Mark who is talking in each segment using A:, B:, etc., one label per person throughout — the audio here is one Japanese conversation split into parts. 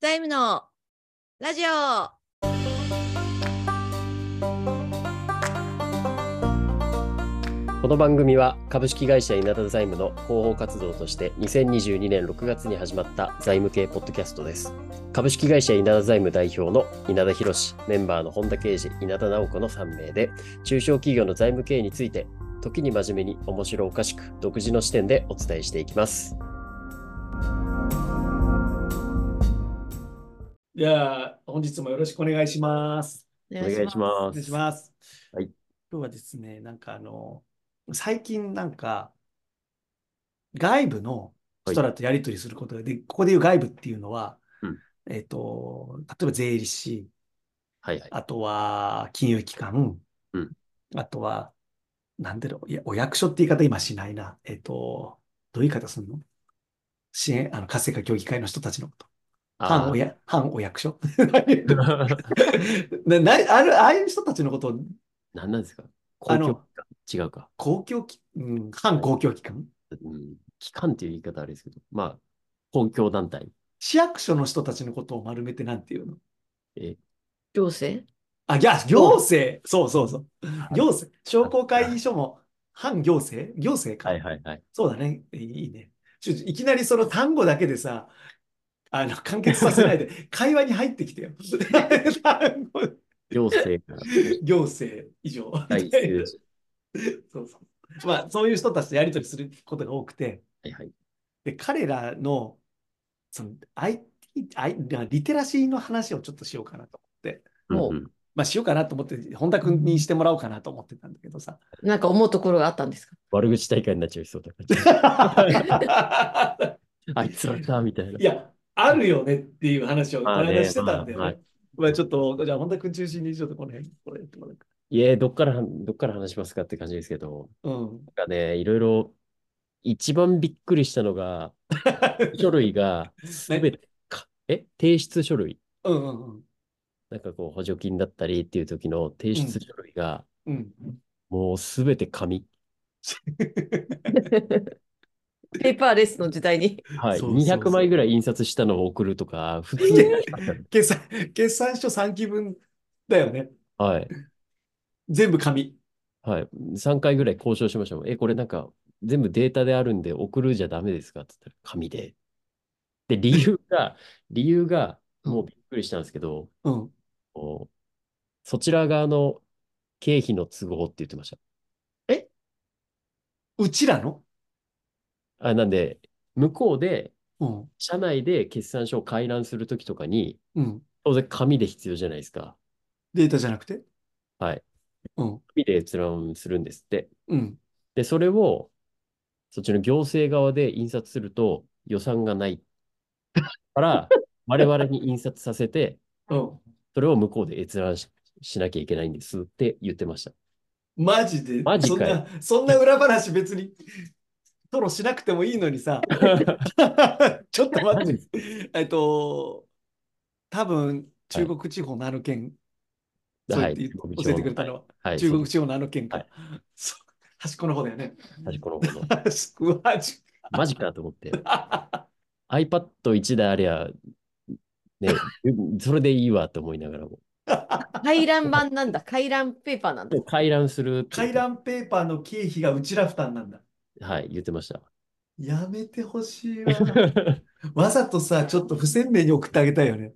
A: タイムのラジオ
B: この番組は株式会社稲田財務の広報活動として2022年6月に始まった財務系ポッドキャストです。株式会社稲田財務代表の稲田博志、メンバーの本田圭司、稲田直子の3名で、中小企業の財務経営について、時に真面目に面白おかしく独自の視点でお伝えしていきます。
C: じゃあ、本日もよろしくお願いします。
A: お
B: おま
C: お願いします。
B: はい。
C: 今日はですね、なんかあの、最近なんか、外部の人らとやり取りすることがで、ここでいう外部っていうのは、
B: うん
C: えっ、と、例えば税理士、
B: はいはい。
C: あとは金融機関、
B: うん
C: あとは、なんでろいや、お役所って言い方今しないな。えっ、と、どういう言い方するの支援、あの、活性化協議会の人たちのこと。反お
B: ー
C: や、反お役所 なないある、ああいう人たちのことを
B: 何なんですか公
C: あの
B: 共機関違うか。
C: 公共機、うん、反公共機関
B: うん、機関っていう言い方あれですけど、まあ、公共団体。
C: 市役所の人たちのことを丸めてなんていうの
B: え
A: 行政
C: あ、いや、行政、そうそうそう。行政、商工会議所も反行政行政か。
B: はいはいはい。
C: そうだね。いいね。ちょ、いきなりその単語だけでさ、あの、完結させな いで、会話に入ってきてよ。単語
B: 行政から
C: 行政以上。
B: 第数字。
C: そうそう。まあ、そういう人たちとやり取りすることが多くて、
B: はいはい。
C: で、彼らの、その、IT、I、リテラシーの話をちょっとしようかなと思って、
A: もう
B: うんうん
C: まあ、しようかなと思って、本田君にしてもらおうかなと思ってたんだけどさ。
A: なんか思うところがあったん ですか
B: 悪口大会になっちゃいそうだから。 あいつらだ、みたいな。
C: いや、あるよねっていう話をこ
B: まあ
C: の
B: ね
C: 間してたんだよ
B: まあは
C: ね
B: い。
C: まあ、ちょっと、じゃあ、本田君中心にちょっとこの辺、これやってもらうか。
B: いや、どっから、どっから話しますかって感じですけど、
C: うん。
B: なんかね、いろいろ、一番びっくりしたの が、書類が、すべてか、え提出書類。
C: うんうんうん。
B: なんかこう、補助金だったりっていう時の提出書類が、
C: うん。
B: もうすべて紙。
A: ペーパーレスの時代に。
B: はい。
C: そうそうそう
B: 200枚ぐらい印刷したのを送るとか、普通にやりましたね。
C: 決算、決算書3期分だよね。
B: はい。
C: 全部紙。
B: はい。3回ぐらい交渉しましたもん。え、これなんか全部データであるんで送るじゃダメですかって言ったら紙で。で、理由が、理由がもうびっくりしたんですけど、
C: うん。
B: こうそちら側の経費の都合って言ってました。
C: うちらの
B: あ、なんで、向こうで、
C: うん。
B: 社内で決算書を回覧するときとかに、
C: うん。
B: 当然紙で必要じゃないですか。
C: データじゃなくて
B: はい。
C: うん。
B: 紙で閲覧するんですって。
C: うん。
B: で、それを、そっちの行政側で印刷すると予算がない から、我々に印刷させて、
C: うん。
B: それを向こうで閲覧し、しなきゃいけないんですって言ってました。
C: マジで、
B: マジ
C: そん
B: かよ
C: な、そんな裏話別に、 トロしなくてもいいのにさ、 ちょっと待って、えっと、多分中国地方のあの県、そう
B: は
C: や
B: い。
C: って言っ
B: 中
C: て
B: 国
C: 教えてく
B: 地
C: れ
B: 方
C: た
B: の
C: のは、
B: はい。
C: 中国
B: そう
C: 地方のあの県か、
B: はい
C: そう 端っこの方だよね。
B: 端っこの方の
C: 端っこ、マジ
B: マジかと思 って。
C: か
B: iPad1 台ありゃ、ね、それでいいわと思いながら も。
A: 回覧版なんだ。回覧ペーパーなんだ
B: で。回覧するって言っ
C: 回
B: て
C: 覧ペーパーの経費がうちら負担なんだ。
B: はい、言ってま した。
C: やめてほし いわ。わざとさ、ちょっと不鮮明に送ってあげた いよね。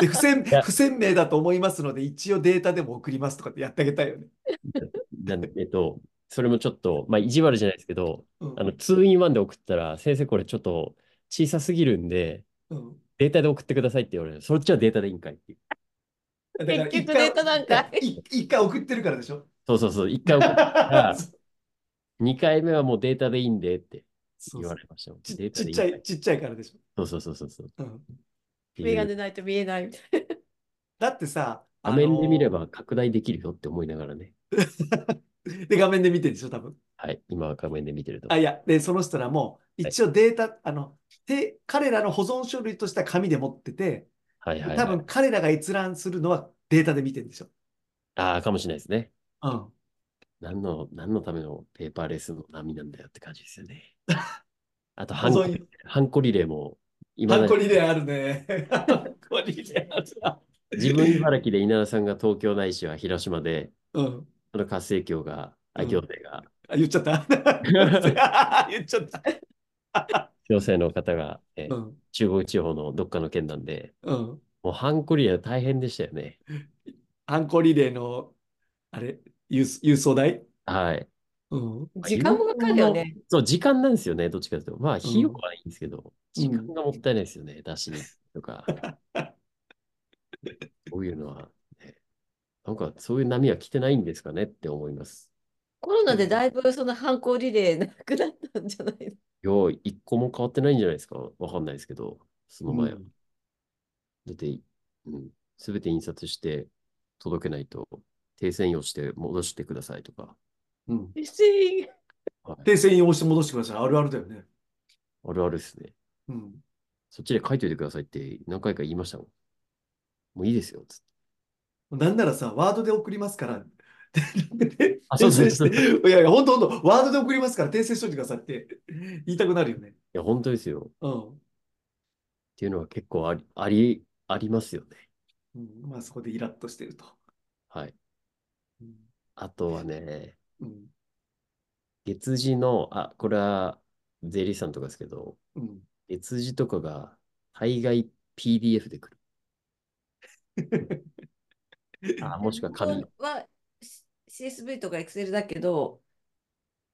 C: で不鮮
B: いや
C: 不鮮明だと思いますので、一応データでも送りますとかってやってあげたいよね。
B: なんで、えっと、それもちょっと、まあ、意地悪じゃないですけど、
C: うん
B: あの、2in1 で送ったら、先生、これちょっと小さすぎるんで、
C: うん
B: データで送ってくださいって言われる。そっちはデータでいいんかいっていう。
C: だから
A: 結
C: 一
A: 局
C: 回
A: データなんかい
C: い一回送ってるからでしょ。
B: そうそうそう。1回送 ったら、2回目はもうデータでいいんでって
C: そう
B: 言わ
C: そう
B: れましたもん。
C: ち
B: データ
C: ち
B: で
C: っ
B: いいんか
C: ちゃ
B: い
C: い、ちっちゃいからでし
B: そうそうそうそうそう。っ
C: ょ。うん、
B: てい
A: メガネ
B: う
A: ないと見えないみたい
C: だってさ、
B: 画面で見れ
C: ば。
B: ば拡大できるよって思いながらね。
C: で、画面で見てるでしょ、多分。
B: はい。今は画面で見てると。
C: あ、いや、で、その人らも、一応データ、あの、で、彼らの保存書類とした紙で持ってて、
B: はいはい、
C: 多
B: はい
C: 分。彼らが閲覧するのはデータで見てるんでしょ。
B: ああ、かもしれないですね。
C: うん。
B: 何の、何のためのペー パーレスの波なんだよって感じですよね。あと、ハ
C: 保
B: ンコ
C: 存、
B: ハンコリレーも今
C: ハン
B: だ
C: コ
B: に
C: リレーあるね。ハンコリレーあるな。
B: 自分茨城で稲田さんが東京ないしは広島で、
C: うん。
B: あの活性橋が、あ、
C: うん
B: 行政が、
C: あ、言っちゃった 言っちゃった。
B: 行政の方が、えー
C: うん。
B: 中国地方のどっかの県なんで、
C: うん。
B: もうハンコリア大変でしたよね。
C: ハンコリレーの、あれ、郵郵送代
B: はい。
C: うん。
A: 時間もかかるよね。
B: そう、時間なんですよね、どっちかというと。まあ、費用はいいんですけど、時間がもったいないですよね、出しにと か。こういうのは、ね、なんかそういう波は来てないんですかねって思います。
A: コロナでだいぶその反抗リレーなくなったんじゃないの
B: よい、一個も変わってないんじゃないですかわかんないですけど、その前は。
C: うん
B: だって、うん、すべて印刷して届けないと、訂正用して戻してくださいとか。
C: うん。
A: 不思議
B: はい、
C: 訂正印を押して戻してください。あるあるだよね。
B: あるあるですね。
C: うん。
B: そっちで書いといてくださいって何回か言いましたもん。もういいですよ。つって
C: なんならさ、ワードで送りますから。
B: あそうそう
C: 訂正していやいや、ほんとほんと、ワードで送りますから訂正しといてくださいって言いたくなるよね。
B: いや、本当ですよ。っ
C: うん。
B: ていうのは結構あり、あり、ありますよね。
C: うん、まあそこでイラッとしてると。
B: はい。
C: うん。
B: あとはね、
C: うん。
B: 月次の、あ、これは税理士さんとかですけど、
C: うん、
B: 月次とかが大概 PDF で来る。あ、もしくは紙
A: 本。当は CSV とか Excel だけど、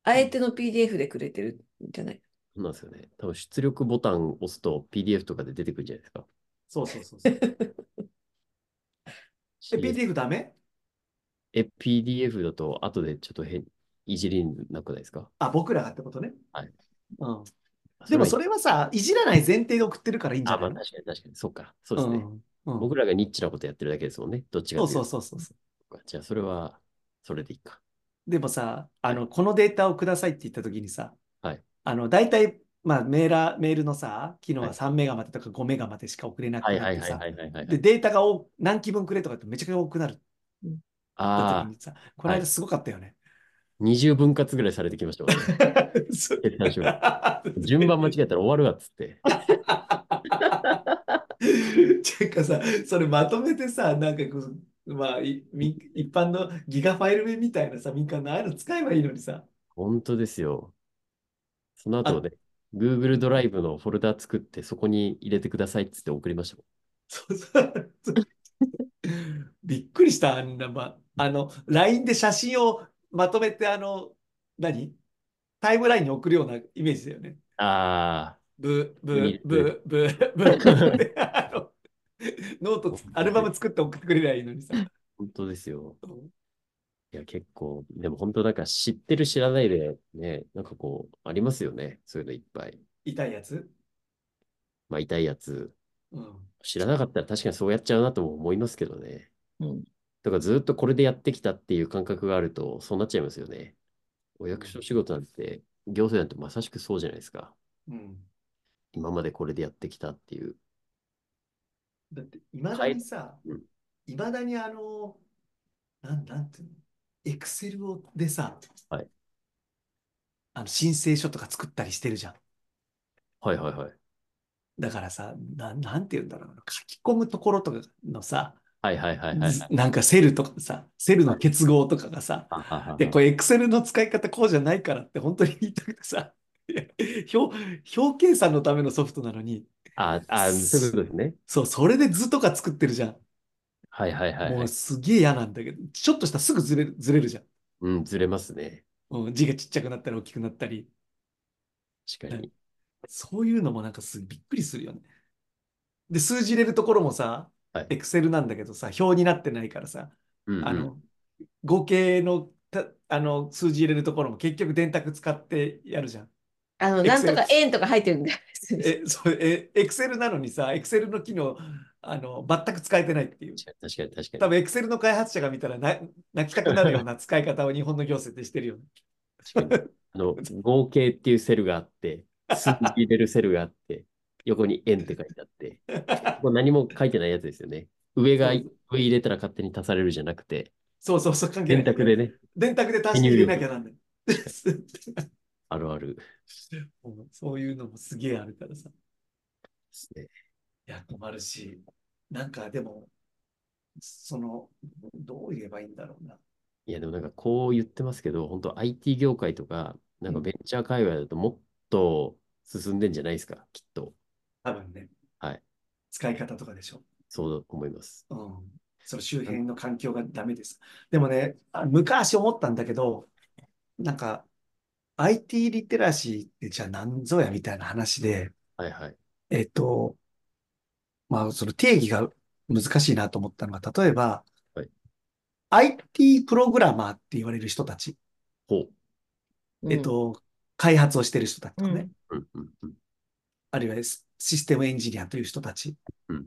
A: あえての PDF でくれてるんじゃない
B: そうなんですよね。多分出力ボタンを押すと PDF とかで出てくるじゃないですか。
C: そうそうそうそう。え、
B: CS
C: PDF ダメ
B: え PDF だと後でちょっと変、いじりなくないですか
C: あ、僕らがってことね。
B: はい。
C: うん。でもそ
B: れ
C: れはさ、いじらない前提で送ってるからいいんじ
B: は。
C: ゃ
B: あ、ま
C: な
B: あ
C: い
B: 確かに確かに。そうか。そうですね。
C: うんうん
B: 僕らがニッチなことやってるだけですもんね。どっちが
C: そうそうそうそう。
B: じゃあそれは、それでいいか。
C: でもさ、あの、このデータをくださいって言ったときにさ、
B: はい
C: あの、大体、まあ、メーラー、メールのさ、機能は
B: はい
C: 3メガまでとか5メガまでしか送れなく
B: はい
C: な
B: は
C: っ
B: い
C: て
B: はい
C: さ
B: は、いはい、はい。
C: で、データが多何機分くれとかってめちゃくちゃ多くなるった
B: あ
C: 時
B: あ、
C: にさ、この
B: は
C: 間
B: い
C: すごかったよね。
B: 20分割ぐらいされてきましたもんね。
C: そう
B: 決断書が順番間違えたら終わるわっつって。
C: てかさ、それまとめてさ、なんかこう、まあ、い民一般のギガファイル名みたいなさ、民間のああいうの使えばいいのにさ。
B: 本当ですよ。その後ね、Google ドライブのフォルダ作って、そこに入れてくださいっつって送りましたもん。
C: そうそう そうびっくりした、あんな、ま、あの、LINE で写真をまとめて、あの、何タイムラインに送るようなイメージだよね。
B: ああ、
C: ブー、ブ
B: いい
C: ー、ブー、ブー、ブーであのノート、アルバム作って送ってくれりゃいいのにさ。
B: 本当ですよ。いや、結構、でも本当なんか知ってる知らないで、ね、なんかこう、ありますよね。そういうのいっぱい。
C: 痛いやつ
B: まあ、痛いやつ。
C: うん。
B: 知らなかったら確かにそうやっちゃうなとも思いますけどね。
A: うん
B: だからずっとこれでやってきたっていう感覚があると、そうなっちゃいますよね。お役所仕事なんて、行政なんてまさしくそうじゃないですか。
C: うん
B: 今までこれでやってきたっていう。
C: だって、いまだにさ
B: うん、
C: いまだにあの、なん、なんていうの、エクセルをでさ、
B: はい
C: あの申請書とか作ったりしてるじゃん。
B: はいはいはい。
C: だからさ、な、なんて言うんだろうな、書き込むところとかのさ、
B: はいはいはいはい
C: ず。なんかセルとかさ、セルの結合とかがさ、
B: ははは
C: で、これエクセルの使い方こうじゃないからって本当に言いたくてさ、 いや表、表計算のためのソフトなのに、
B: ああ、そういうことですね。
C: そう、それで図とか作ってるじゃん。
B: はいはいはい
C: も
B: は
C: う
B: い。
C: すげえ嫌なんだけど、ちょっとしたらすぐずれる、ずれるじゃん。
B: うん、ずれますね。
C: うん、字がちっちゃくなったり大きくなったり、
B: 確かに。
C: そういうのもなんかすびっくりするよね。で、数字入れるところもさ
B: はい、
C: エクセルなんだけどさ、表になってないからさ、
B: うんうん
C: あの、合計のた、あの数字入れるところも結局電卓使ってやるじゃん。
A: あの、
C: Excel
A: なんとか円とか入ってるんだよ。
C: え、そう、え、エクセルなのにさ、エクセルの機能、あの、全く使えてないっていう。
B: 確かに確かに
C: 多
B: 確かに。
C: 分エクセルの開発者が見たらな泣きたくなるよ うな使い方を日本の行政ってしてるよね。
B: 確かにあの、合計っていうセルがあって、数字入れるセルがあって、横に円って書いてあって、これ何も書いてないやつですよね。上が
C: そう
B: 上入れたら勝手に足されるじゃなくて、
C: そうそうそう、関係な
B: 電
C: い。
B: 卓でね、
C: 電卓で足して入れなきゃなんだよ。
B: あるある。
C: そういうのもすげえあるからさ。
B: ですね。
C: いや、困るし、なんかでも、その、どう言えばいいんだろうな。
B: いや、でもなんかこう言ってますけど、本当 IT 業界とか、なんかベンチャー界隈だともっと進んでんじゃないですか、きっと。
C: 多分ね。
B: はい。
C: 使い方とかでしょ。
B: そう思います。
C: うん。その周辺の環境がダメです。でもね、あ昔思ったんだけど、なんか、IT リテラシーってじゃあ何ぞやみたいな話で、
B: はいはい。
C: えっと、まあ、その定義が難しいなと思ったのが、例えば、
B: はい
C: IT プログラマーって言われる人たち、
B: ほう。
C: えっと、開発をしてる人たちとかね、
A: うん
B: うんうんうん。
C: あるいはスシステムエンジニアという人たち。
B: うん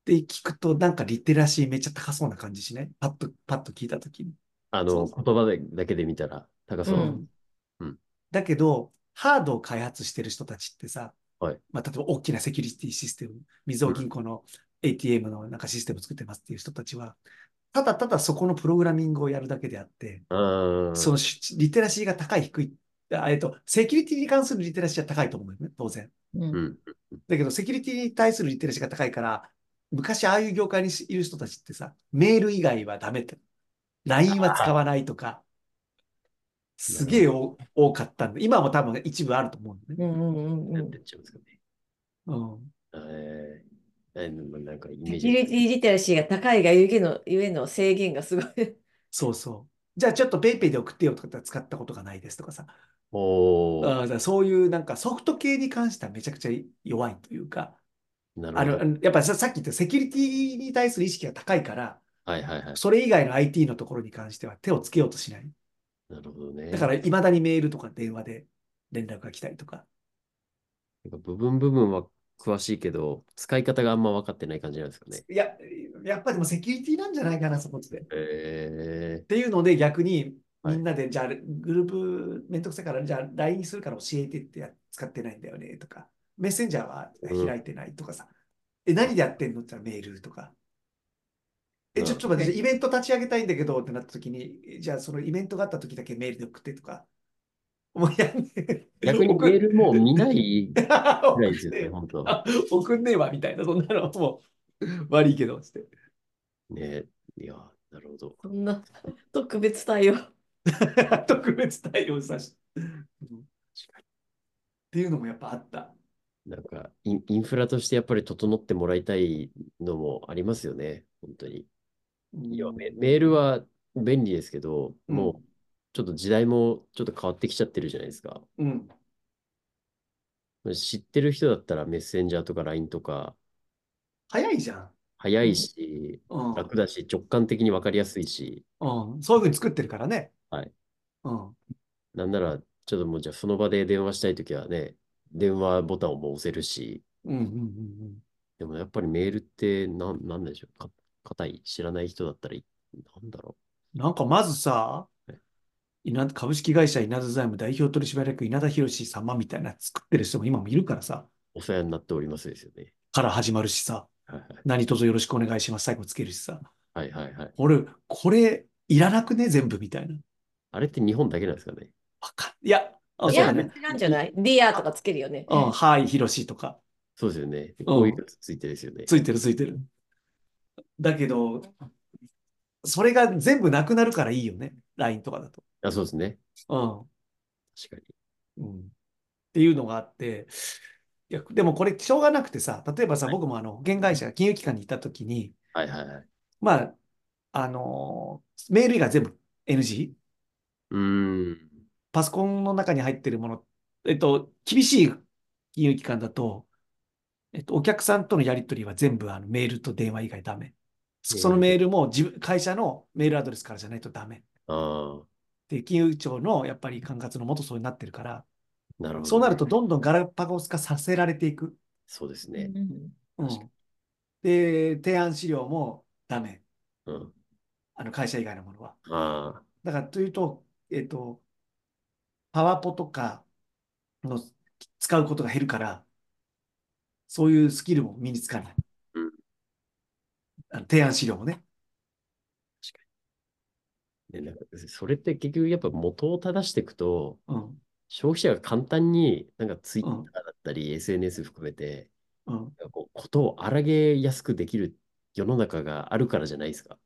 C: って聞くと、なんかリテラシーめっちゃ高そうな感じしないパッと、パッと聞いたときに。
B: あ
C: そ
B: の、
C: うそう
B: 言葉でだけで見たら高そうう。
A: ん
B: うん
C: だけど、ハードを開発してる人たちってさ、
B: はい
C: まあ、例えば大きなセキュリティシステム、みずほ銀行の ATM のなんかシステム作ってますっていう人たちは、ただただそこのプログラミングをやるだけであって、
B: あー
C: そのしリテラシーが高い、低い、あえっと、セキュリティに関するリテラシーは高いと思うよね、当然。
A: うん
B: うん。
C: だけど、セキュリティに対するリテラシーが高いから、昔ああいう業界にいる人たちってさ、メール以外はダメって。LINE は使わないとか、すげえお多かったんで、今も多分一部あると思うんだね。
A: うんうんうん
B: な
A: うんん
B: てっちゃうんですかね。
C: うん。
B: えー、えーなんかイメー
A: セ
B: ジ。
A: キュリティリテラシーが高いがゆえの、ゆえの制限がすごい。
C: そうそう。じゃあちょっと PayPay で送ってよとかって使ったことがないですとかさ。
B: おー
C: あだからそういうなんかソフト系に関してはめちゃくちゃ弱いというか、
B: な
C: あ
B: るほど。
C: の、やっぱささっき言ったセキュリティに対する意識が高いから、
B: はいはいはい。
C: それ以外の IT のところに関しては手をつけようとしない。
B: なるほどね。
C: だから、いまだにメールとか電話で連絡が来たりとか。
B: なんか部分部分は詳しいけど、使い方があんま分かってない感じなんですかね。
C: いや、やっぱでもセキュリティなんじゃないかな、そこって。っ
B: え
C: ていうので、逆に、
B: はい
C: みんなで、じゃあ、グループ、めんどくさいから、じゃあ、LINE にするから教えてってや、使ってないんだよね、とか。メッセンジャーは
B: うん
C: 開いてないとかさ。え、何でやってんのって言ったらメールとか。
B: う
C: え、ちょ、
B: ん
C: ちょっと待って、イベント立ち上げたいんだけどってなった時に、えじゃあ、そのイベントがあった時だけメールで送ってとか。もうやんね
B: ー、逆に
C: 送
B: メールもう見ないぐらいですよね、本当。
C: あ送んねえわ、みたいな、そんなの、もう、悪いけど、つって。
B: ねいや、なるほど。
A: こんな特別対応。
C: 特別対応さし、うんっていうのもやっぱあった。
B: なんかイン、インフラとしてやっぱり整ってもらいたいのもありますよね、本当に。いや、メメールは便利ですけど、
C: うん
B: もうちょっと時代もちょっと変わってきちゃってるじゃないですか。
C: うん。
B: 知ってる人だったらメッセンジャーとか LINE とか
C: 早いじゃん。
B: 早いし、
C: うん。
B: 楽だし、直感的に分かりやすいし、
C: うん。そういうふうに作ってるからね。
B: はい。
C: うん。
B: なんならちょっともうじゃあその場で電話したいときはね、電話ボタンをもう押せるし、
C: うんうんうんうん。
B: でもやっぱりメールってなん、なんでしょうか、硬い、知らない人だったらい、なんだろ
C: なんかまずさ
B: はい、
C: 稲株式会社稲田財務代表取締役稲田博様みたいな作ってる人も今もいるからさ、
B: う、お世話になっておりますですよね。
C: から始まるしさ、
B: はい
C: 何卒よろしくお願いします、最後つけるしさ。
B: はいはいはいはい。
C: 俺、これ、いらなくね、全部みたいな。
B: あれって日本だけなんですかね。
C: わかんいや、あ、
A: い
C: そう
A: や、
C: だ
A: 違
C: ね。
A: うんじゃないディアとかつけるよね。
C: うん、はい、ひろしとか。
B: そうですよね。こういうのついてですよね。
C: ついてる、ついてる。だけど、それが全部なくなるからいいよね。LINE とかだと。
B: あ、そうですね。
C: うん。
B: 確かに。
C: うんっていうのがあって、いや、でもこれ、しょうがなくてさ、例えばさ、僕もあの保険会社、金融機関にいたときに、
B: はいはいはい。
C: まあ、あのーメール以外全部 NG?
B: うーん。
C: パソコンの中に入ってるもの、えっと、厳しい金融機関だと、えっと、お客さんとのやり取りは全部あのメールと電話以外ダメ。そそのメールも自分、会社のメールアドレスからじゃないとダメ。
B: ああ、
C: で、金融庁のやっぱり管轄のもとそうになってるから、
B: なるほど。
C: そうなると、どんどんガラパゴス化させられていく。
B: そうです
A: うん
B: ね。
C: うん
B: 確かに
C: で、提案資料もダメ。
B: うん。
C: あの会社以外のものは。
B: ああ、
C: だからというと、えっと、パワポとかの使うことが減るから、そういうスキルも身につかない
B: うん。
C: あの提案資料もね。
B: ね、なんかそれって結局やっぱ元を正していくと、
C: うん。
B: 消費者が簡単になんかツイッ
C: う
B: タ
C: ん
B: ーだったり SNS 含めて、
C: うん
B: こうことを荒げやすくできる世の中があるからじゃないですか。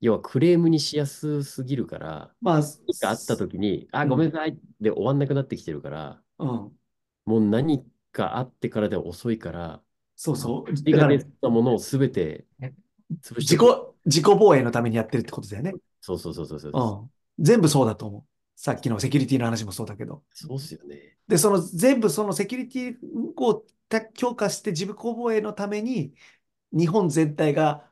B: 要はクレームにしやすすぎるから、
C: まあ、
B: 何かあった時に、あ、
C: うん
B: ごめんなさいで終わんなくなってきてるから、
C: うん、
B: もう何かあってからでは遅いから、
C: そうそう。
B: 手
C: だ
B: が
C: から
B: 出たものをすべて潰して
C: 自己、自己防衛のためにやってるってことだよね。
B: そうそうそうそうそう。
C: うん。全部そうだと思う。さっきのセキュリティの話もそうだけど。
B: そうっすよね。
C: で、その全部そのセキュリティをた強化して自己防衛のために、日本全体が、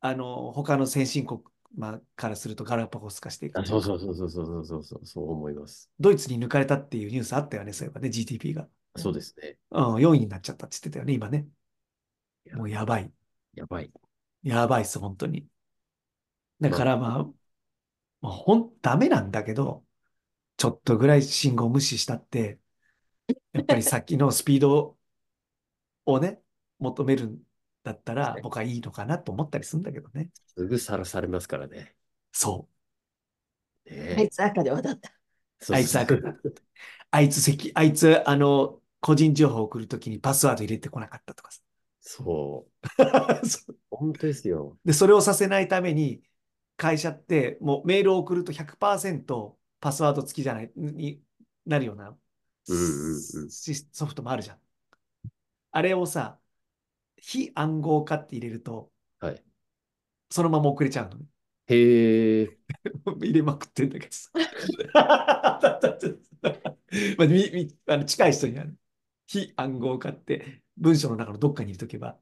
C: あの、他の先進国、まあ、からするとガラパゴス化していく
B: あ。そうそうそうそうそうそうそう、そう思います。
C: ドイツに抜かれたっていうニュースあったよね、そういえばね、GDP が。
B: そうですね。
C: うん、4位になっちゃったって言ってたよね、今ね。
B: いや
C: もうやばい。
B: やばい。
C: やばいっす、本当に。だからまあ、まあ、ほん、ダメなんだけど、ちょっとぐらい信号無視したって、やっぱりさっきのスピードをね、求めるんだったら、僕はいいのかなと思ったりするんだけどね。
B: すぐさらされますからね。
C: そ。
B: ね
A: あいつ赤で渡った。
B: そうう
C: あいつ
B: そう
C: 悪だあいつせき、あいつ、あの、個人情報送るときにパスワード入れてこなかったとか
B: そう。
C: さ。そう
B: 本当ですよ。
C: で、それをさせないために、会社ってもうメールを送ると100%パスワード付きじゃない、になるような
B: うんうんうん
C: シスソフトもあるじゃん。あれをさ、非暗号化って入れると、
B: はい。
C: そのまま送れちゃうのね。
B: へえ。
C: 入れまくってんだけどさ。 まあ、みみあの近い人にある。非暗号化って文章の中のどっかに入れとけば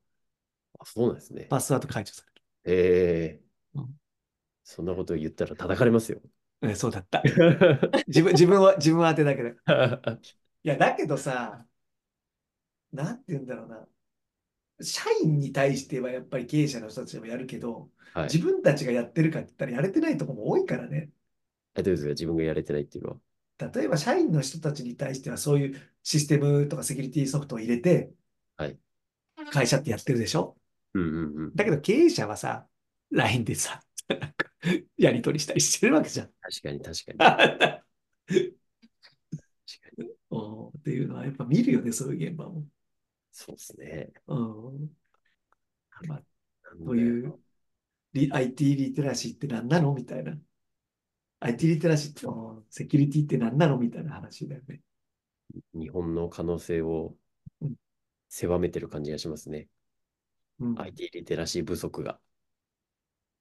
B: あそうなんですね。
C: パスワード解除され
B: へえ
C: うん。
B: そんなこと言ったら叩かれ ますよ。
C: る。えそうだった。自分自分は自分は当てだけだ。いや、だけどさ、なんて言うんだろうな。社員に対してはやっぱり経営者の人たちもやるけど、
B: はい。
C: 自分たちがやってるかって言ったらやれてないとこも多いからね。
B: えどうですか自分がやれてないっていうのは。
C: 例えば社員の人たちに対してはそういうシステムとかセキュリティソフトを入れて
B: はい、
C: 会社ってやってるでしょ
B: うんうんうん。
C: だけど経営者はさ、LINE でさ、 なんかやり取りしたりしてるわけじゃん。
B: 確かに確かに。確かに。
C: うんっていうのはやっぱ見るよね、そういう現場も。
B: そうですね。
C: うん
B: な
C: まあ
B: んだよ
C: そういう。リ IT リテラシーって何なのみたいな。IT リテラシーってあのセキュリティって何なのみたいな話だよね。
B: 日本の可能性を
C: うん
B: 狭めてる感じがしますね。
C: うん、
B: IT リテラシー不足が。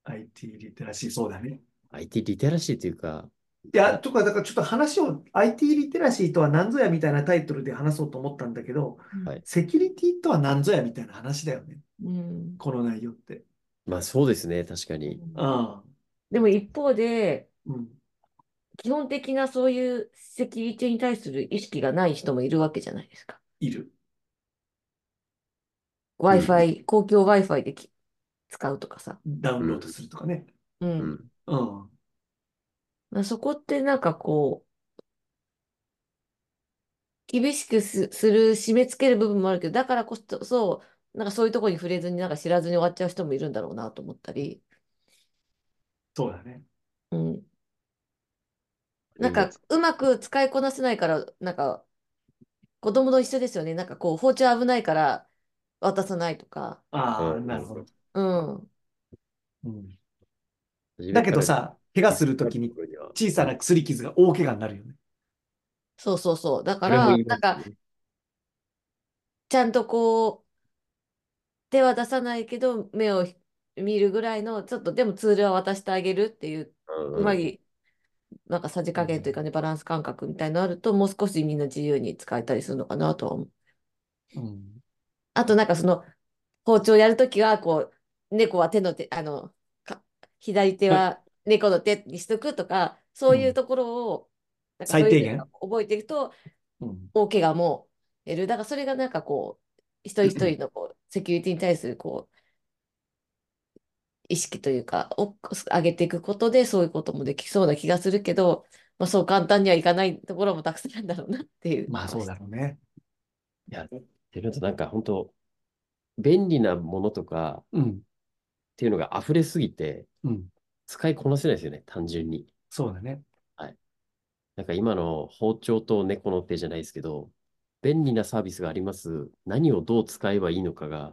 C: IT リテラシー、そうだね。
B: IT リテラシーというか、
C: いや、とか、だからちょっと話を IT リテラシーとは何ぞやみたいなタイトルで話そうと思ったんだけど、
B: はい
C: セキュリティとは何ぞやみたいな話だよね。
A: うん。
C: この内容って。
B: まあそうですね。確かに。
C: ああ、
A: でも一方で、
C: うん。
A: 基本的なそういうセキュリティに対する意識がない人もいるわけじゃないですか。
C: いる。
A: Wi-Fi、公共 Wi-Fi でき使うとかさ。
C: ダウンロードするとかね。
A: う。
B: うんん。
C: うん。
A: まあ、そこってなんかこう、厳しくす、する、締め付ける部分もあるけど、だからこそ、そう、なんかそういうところに触れずに、なんか知らずに終わっちゃう人もいるんだろうなと思ったり、
C: そうだね。
A: うん。なんか、うまく使いこなせないから、なんか、子供と一緒ですよね。なんかこう、包丁危ないから渡さないとか、
C: ああ、
B: うん
C: なるほど。
A: うん。
C: うん。
B: 初めから
C: だけど、さ、怪我するときに小さな擦り傷が大怪我になるよね。
A: そうそうそう。だか
B: それも
A: ら、
B: 言いま
A: なん
B: す
A: か、
B: ね
A: ちゃんとこう、手は出さないけど、目を見るぐらいの、ちょっとでもツールは渡してあげるっていう、
B: うんうん
A: うまい、なんかさじ加減というかね、バランス感覚みたいのあると、もう少しみんな自由に使えたりするのかなとは思う。
C: うん。
A: あとなんかその、包丁やるときは、こう、猫は手の手、あの、か左手は猫の手にしとくとか、そういうところを、なんかそういう
C: 最低限
A: のを覚えていくと、
C: うん
A: 大怪我も得る。だからそれがなんかこう、一人一人のこうセキュリティに対するこう、意識というか、を上げていくことで、そういうこともできそうな気がするけど、まあ、そう簡単にはいかないところもたくさんあるんだろうなっていう。
C: まあそうだろうね。
B: ってるとなんか本当便利なものとかっ
C: うん。
B: ていうのが溢れすぎて
C: うん。
B: 使いこなせないですよね単純に
C: そうだね。
B: なんか今の包丁と猫の手じゃないですけど便利なサービスがあります。何をどう使えばいいのかが、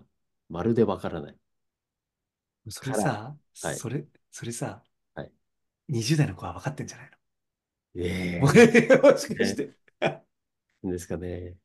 B: まるでわからない。
C: それさ、
B: はい
C: それ、それさ、
B: はい
C: 20代の子は分かってんじゃない
B: え
C: の もしかして。
B: えですかね。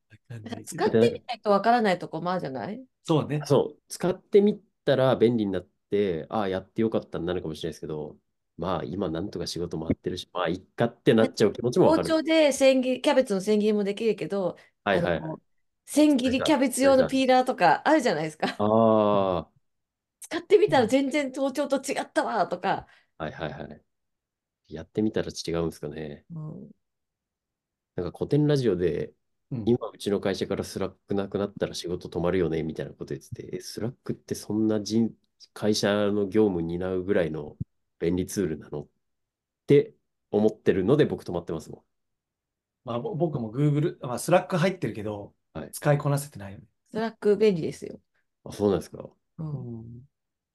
A: 使ってみないとわからないとこもあるじゃない
C: そうね。
B: そう、使ってみたら便利になって、ああ、やってよかったになるかもしれないですけど、まあ、今なんとか仕事も回ってるし、まあ、いっかってなっちゃう気持ちもわ
A: 包
B: かる。
A: 丁で千切り、キャベツの千切りもできるけど、
B: はいはい
A: あ
B: はい。
A: の千切りキャベツ用のピーラーとかあるじゃないですか。
B: ああ、は
A: 使ってみたら全然包丁と違ったわとか、
B: いはいはい。やってみたら違うんですかね。
A: うん
B: なんか古典ラジオで、
C: うん
B: 今うちの会社からスラックなくなったら仕事止まるよねみたいなこと言ってて、え、スラックってそんな人会社の業務担うぐらいの便利ツールなのって思ってるので僕止まってますも
C: まあ、ぼ僕も Google、まあ、スラック入ってるけど、
B: はい
C: 使いこなせてないよね。
A: スラック便利ですよ。
B: ん。あ、そうなんですか。
A: うん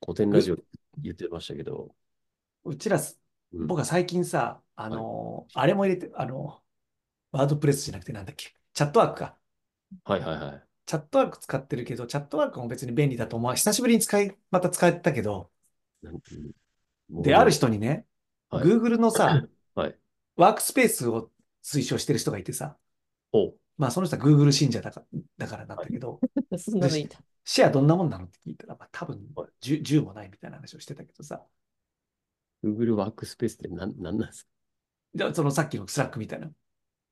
B: 古典ラジオ言ってましたけど、
C: うちらす、
B: うん
C: 僕は最近さ、あのーあれも入れて、あのーワードプレスじゃなくてなんだっけ、チャットワークか。
B: はいはいはい。
C: チャットワーク使ってるけど、チャットワークも別に便利だと思う。久しぶりに使い、また使ったけど、
B: なんていう
C: で、ある人にね、
B: はい
C: Google のさ、
B: はい
C: ワークスペースを推奨してる人がいてさ、
B: おう
C: まあその人は Google 信者だかだからなんだけど、
A: そんなのいいんだ。
C: シェアどんなもんなのって聞いたら、まあ多分
B: はい
C: 10, 10もないみたいな話をしてたけどさ、
B: Google ワークスペースってなんなんなんです
C: じゃあそのさっきのスラックみたいな、
B: か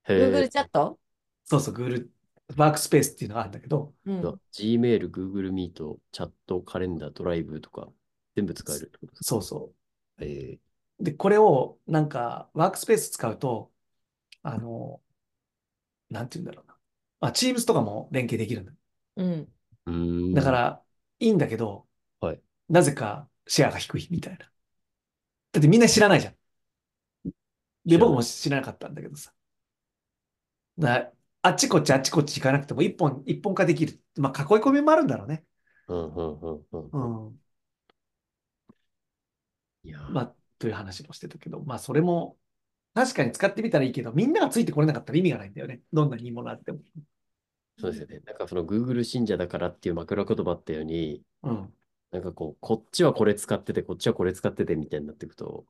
B: へえ
A: Google チャット
C: そうそう Google ワークスペースっていうのがあるんだけど、
A: うん。
B: Gmail、Google Meet、チャット、カレンダー、ドライブとか全部使えるってことですか
C: そうそ
B: へえ
C: う。で、これをなんかワークスペース使うと、あの、なんて言うんだろうな。まあ Teams とかも連携できるんだ。
A: うん。
B: うーん
C: だから、いいんだけど、
B: はい
C: なぜかシェアが低いみたいな。だってみんな知らないじゃん。
B: 知らな
C: で、
B: い
C: 僕も知らなかったんだけどさ。なあっちこっちあっちこっち行かなくても一本、一本化できる。まあ、囲い込みもあるんだろうね。
B: うんうんうんうん
C: う
B: うん。
C: ん。
B: いやー、
C: まあ、という話もしてたけど、まあ、それも、確かに使ってみたらいいけど、みんながついてこれなかったら意味がないんだよね。どんなにいいものあっても。
B: そうですよね。なんかその Google 信者だからっていう枕言葉あったように、
C: うん。
B: なんかこう、こっちはこれ使ってて、こっちはこれ使っててみたいになっていくと、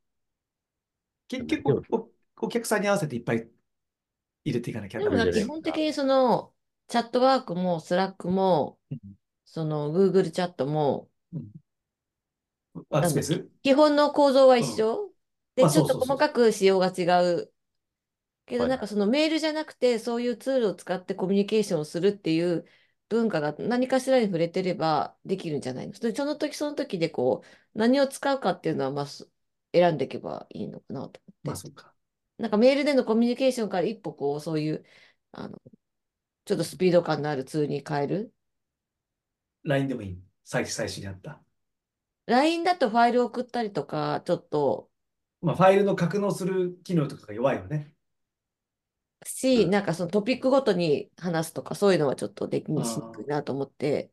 C: 結結構お、お客さんに合わせていっぱい入れていかなきゃ
A: でも
C: ダ
A: な
C: メ
A: ん
C: だ
A: か
C: よ
A: 基
C: ね
A: 本的にそのチャットワークもスラックも
C: うん
A: その Google チャットも
C: ワークスペース
A: 基本の構造は一緒で
C: まあ
A: ちょっ
C: そ
A: と
C: うそうそう
A: 細かく仕様が違うけど
B: はい
A: なんかそのメールじゃなくてそういうツールを使ってコミュニケーションをするっていう文化が何かしらに触れてればできるんじゃないのでその時その時でこう何を使うかっていうのはまあそ選んでいけばいいのかなと思
C: まあ、
A: って。
C: そうか。
A: なんかメールでのコミュニケーションから一歩こうそういうあのちょっとスピード感のあるツールに変える
C: LINE でもいい。最最初にあった。
A: LINE だとファイル送ったりとかちょっと
C: まあ、ファイルの格納する機能とかが弱いよね。
A: し、
B: うん
A: なんかそのトピックごとに話すとかそういうのはちょっとできにしにくいなと思って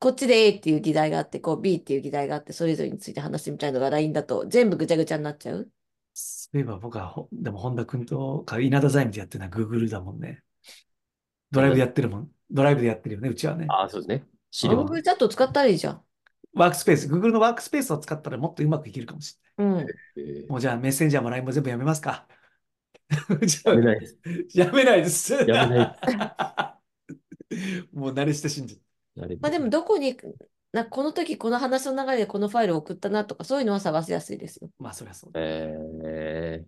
A: こっちで A っていう議題があってこう B っていう議題があってそれぞれについて話してみたいのが LINE だと全部ぐちゃぐちゃになっちゃう
C: そういえば僕はほ、でも本田君とか稲田財務でやってるのは Google だもんね。ドライブでやってるもん。ドライブでやってるよね、うちはね。
B: ああ、そうですね。資料、
A: Google チャット使ったらいいじゃん。
C: ワークスペース、Google のワークスペースを使ったらもっとうまくいけるかもしれ
A: うん、
B: え
C: ない。もうじゃあメッセンジャーも LINE も全部やめますか。 じゃ
B: ー
C: あ
B: やめないです。
C: やめないです。。
B: やめない
C: もう慣れ親しんじゃう
B: あれ
A: まあ、でもどこになんかこの時この話の流れでこのファイルを送ったなとかそういうのは探しやすいですよ。
C: まあ、そりゃそうだ。
B: え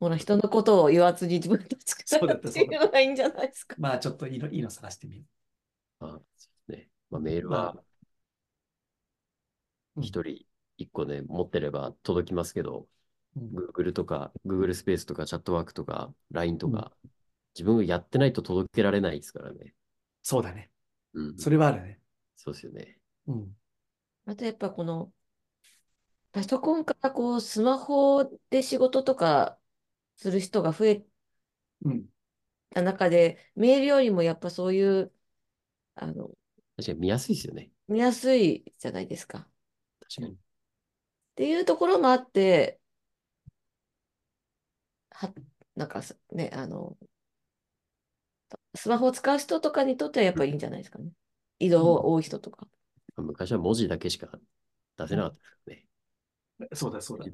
A: ほら、人のことを言わずに自分たち
C: そう
A: から
C: だ
A: っ
C: った
A: ていうのがいいんじゃないですか。
C: まあ、ちょっといいの、いいの探してみる。
B: ー、あそうですね。まあ、メールは
C: まうん
B: 一人一個ね、持ってれば届きますけど、
C: うん
B: Google とか、Google スペースとか、チャットワークとか、LINE とか、自分がやってないと届けられないですからね。
C: そうだね。
B: うん、
C: それはあるね。
B: そうですよね。
C: うん。
A: あとやっぱこの、パソコンからこう、スマホで仕事とかする人が増え
C: うん。
A: た中で、メールよりもやっぱそういう、あの、
B: 確かに見やすいですよね。
A: 見やすいじゃないですか。
B: 確かに。
A: っていうところもあって、は、なんかさね、あの、スマホを使う人とかにとってはやっぱりいいんじゃないですかね。移動が多い人とか。
B: 昔は文字だけしか出せなかったですからね。
C: そうだそうだ。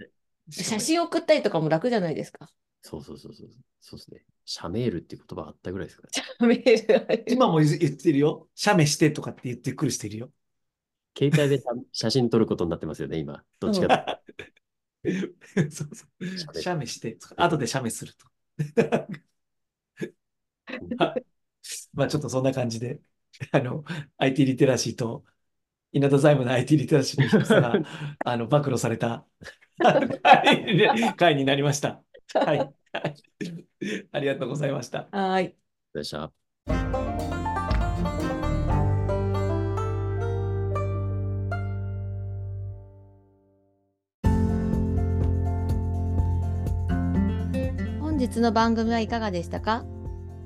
A: 写真送ったりとかも楽じゃないですか。
B: そうそうそうそう。そうですね。シャメールっていう言葉あったぐらいですから、ね。
A: メール。
C: 今も言ってるよ。写メしてとかって言ってくる人いるよ。
B: 携帯でさ写 真撮ることになってますよね、今。どっちか
C: そうそ
B: 写
C: う。
B: メ
C: 写メしてとか、後で写メすると。 まあちょっとそんな感じで、あの、IT リテラシーと、稲田財務の IT リテラシーの低さが、あの、暴露された回になりました。はい。はいありがとうございました。
A: はーい。
B: でした。
A: 本日の番組はいかがでしたか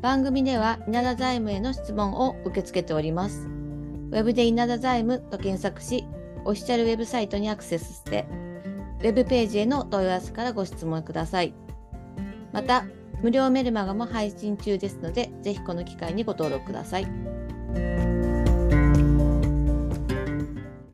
A: 番組では稲田財務への質問を受け付けております。ウェブで稲田財務と検索し、オフィシャルウェブサイトにアクセスして、ウェブページへの問い合わせからご質問ください。また、無料メルマガも配信中ですので、ぜひこの機会にご登録ください。